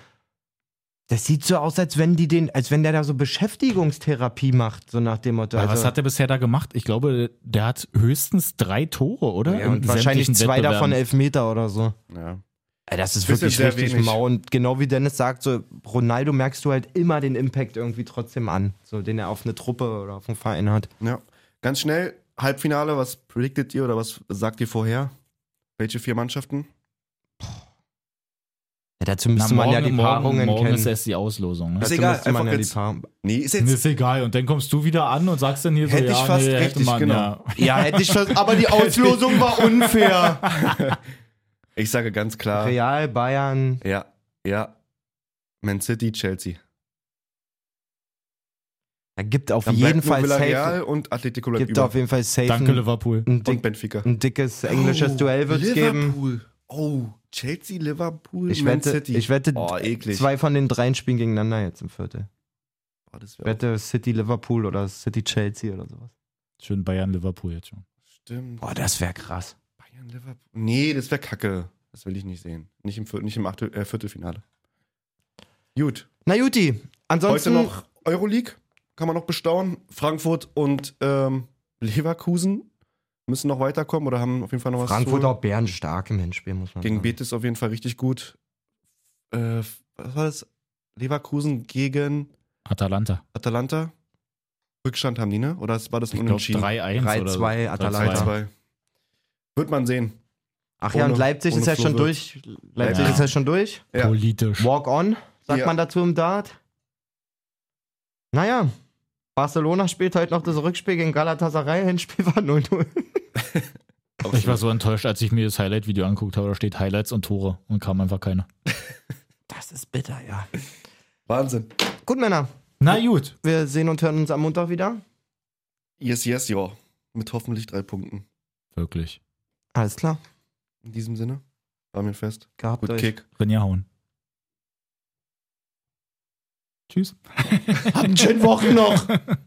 S2: das sieht so aus, als wenn die den, als wenn der da so Beschäftigungstherapie macht, so nach dem Motto.
S4: Aber
S2: also,
S4: was hat er bisher da gemacht? Ich glaube, der hat höchstens drei Tore, oder?
S2: ja, Ne? und
S4: In
S2: wahrscheinlich
S4: sämtlichen
S2: zwei davon
S4: Wettbewerben.
S2: Elfmeter oder so.
S1: ja.
S2: Ey, Äh, das ist
S1: Bisschen
S2: wirklich
S1: sehr
S2: richtig
S1: wenig.
S2: mau. Und genau wie Dennis sagt, so Ronaldo merkst du halt immer den Impact irgendwie trotzdem an, so den er auf eine Truppe oder auf einen Verein hat.
S1: Ja. Ganz schnell, Halbfinale, was prediktet ihr oder was sagt ihr vorher? Welche vier Mannschaften?
S2: Ja, dazu
S4: Na,
S2: müsste man ja
S4: morgen-
S2: die Paarungen
S4: morgen, morgen
S2: kennen.
S4: ist erst die Auslosung. Ne?
S1: Das-
S2: Dazu
S1: Ist egal,
S2: müsste man
S1: einfach
S2: ja die
S1: jetzt-
S2: Paar
S1: Nee, ist
S4: Mir
S1: jetzt.
S4: ist egal. Und dann kommst du wieder an und sagst dann hier
S1: Hätte
S4: so,
S1: ich
S4: ja,
S1: fast
S4: nee, hätte
S1: richtig,
S4: man,
S1: genau.
S4: ja.
S2: ja, hätte ich schon, aber die Auslosung war unfair.
S1: Ich sage ganz klar.
S2: Real, Bayern,
S1: Ja, ja. Man City, Chelsea.
S2: da gibt auf
S1: Dann
S2: jeden
S1: bleibt nur
S2: Fall
S1: Villarreal
S2: safe,
S1: und Atletico bleibt
S2: gibt
S1: über.
S2: auf jeden Fall safe
S4: Danke,
S2: ein,
S4: Liverpool.
S2: ein,
S1: und
S2: dick,
S1: Benfica.
S2: ein dickes englisches
S1: Oh,
S2: Duell wird es geben.
S1: Liverpool. Oh, Chelsea, Liverpool,
S2: Ich
S1: Man
S2: wette,
S1: City.
S2: ich wette
S1: oh, eklig.
S2: zwei von den dreien spielen gegeneinander jetzt im Viertel.
S1: oh, das
S2: Ich
S1: wär
S2: wette City, Liverpool oder City, Chelsea oder sowas.
S4: Schön Bayern-Liverpool jetzt schon.
S1: stimmt.
S2: Boah, das wäre krass.
S1: Bayern, Liverpool. Nee, das wäre kacke. Das will ich nicht sehen. Nicht im, Viert- nicht im Achtel, äh, Viertelfinale. Gut.
S2: Na Juti,
S1: Heute
S2: ansonsten
S1: noch Euroleague. Kann man noch bestaunen. Frankfurt und ähm, Leverkusen müssen noch weiterkommen oder haben auf jeden Fall noch was
S2: Frankfurt
S1: zu
S2: auch Bären stark im Hinspiel, muss man
S1: Gegen
S2: sagen.
S1: Betis auf jeden Fall richtig gut. Äh, was war das? Leverkusen gegen
S4: Atalanta.
S1: Atalanta. Rückstand haben die, ne? Oder war das ein
S4: Ich glaube
S1: Unentschieden?
S4: 3-1 oder so.
S2: 3-2 Atalanta.
S1: 3-2. Wird man sehen.
S2: Ach ja, und
S1: Ohne-
S2: Leipzig
S1: ohne
S2: ist ja schon
S1: Flo
S2: durch. Leipzig
S4: Ja.
S2: ist ja schon durch.
S1: Ja.
S4: Politisch.
S2: Walk on, sagt
S1: Ja.
S2: man dazu im Dart. Naja, Barcelona spielt heute noch das Rückspiel gegen Galatasaray. Hinspiel war 0-0.
S4: Ich war so enttäuscht, als ich mir das Highlight-Video angeguckt habe. Da steht Highlights und Tore und kam einfach keine.
S2: Das ist bitter, ja.
S1: Wahnsinn.
S2: Gut, Männer,
S4: Na gut.
S2: wir sehen und hören uns am Montag wieder.
S1: Yes, yes, ja. Mit hoffentlich drei Punkten.
S4: Wirklich.
S2: Alles klar,
S1: In diesem Sinne. War mir fest.
S2: gehabt
S1: Gut
S2: euch.
S1: Kick.
S4: Rinja hauen. Tschüss.
S2: Habt einen schönen Wochen noch.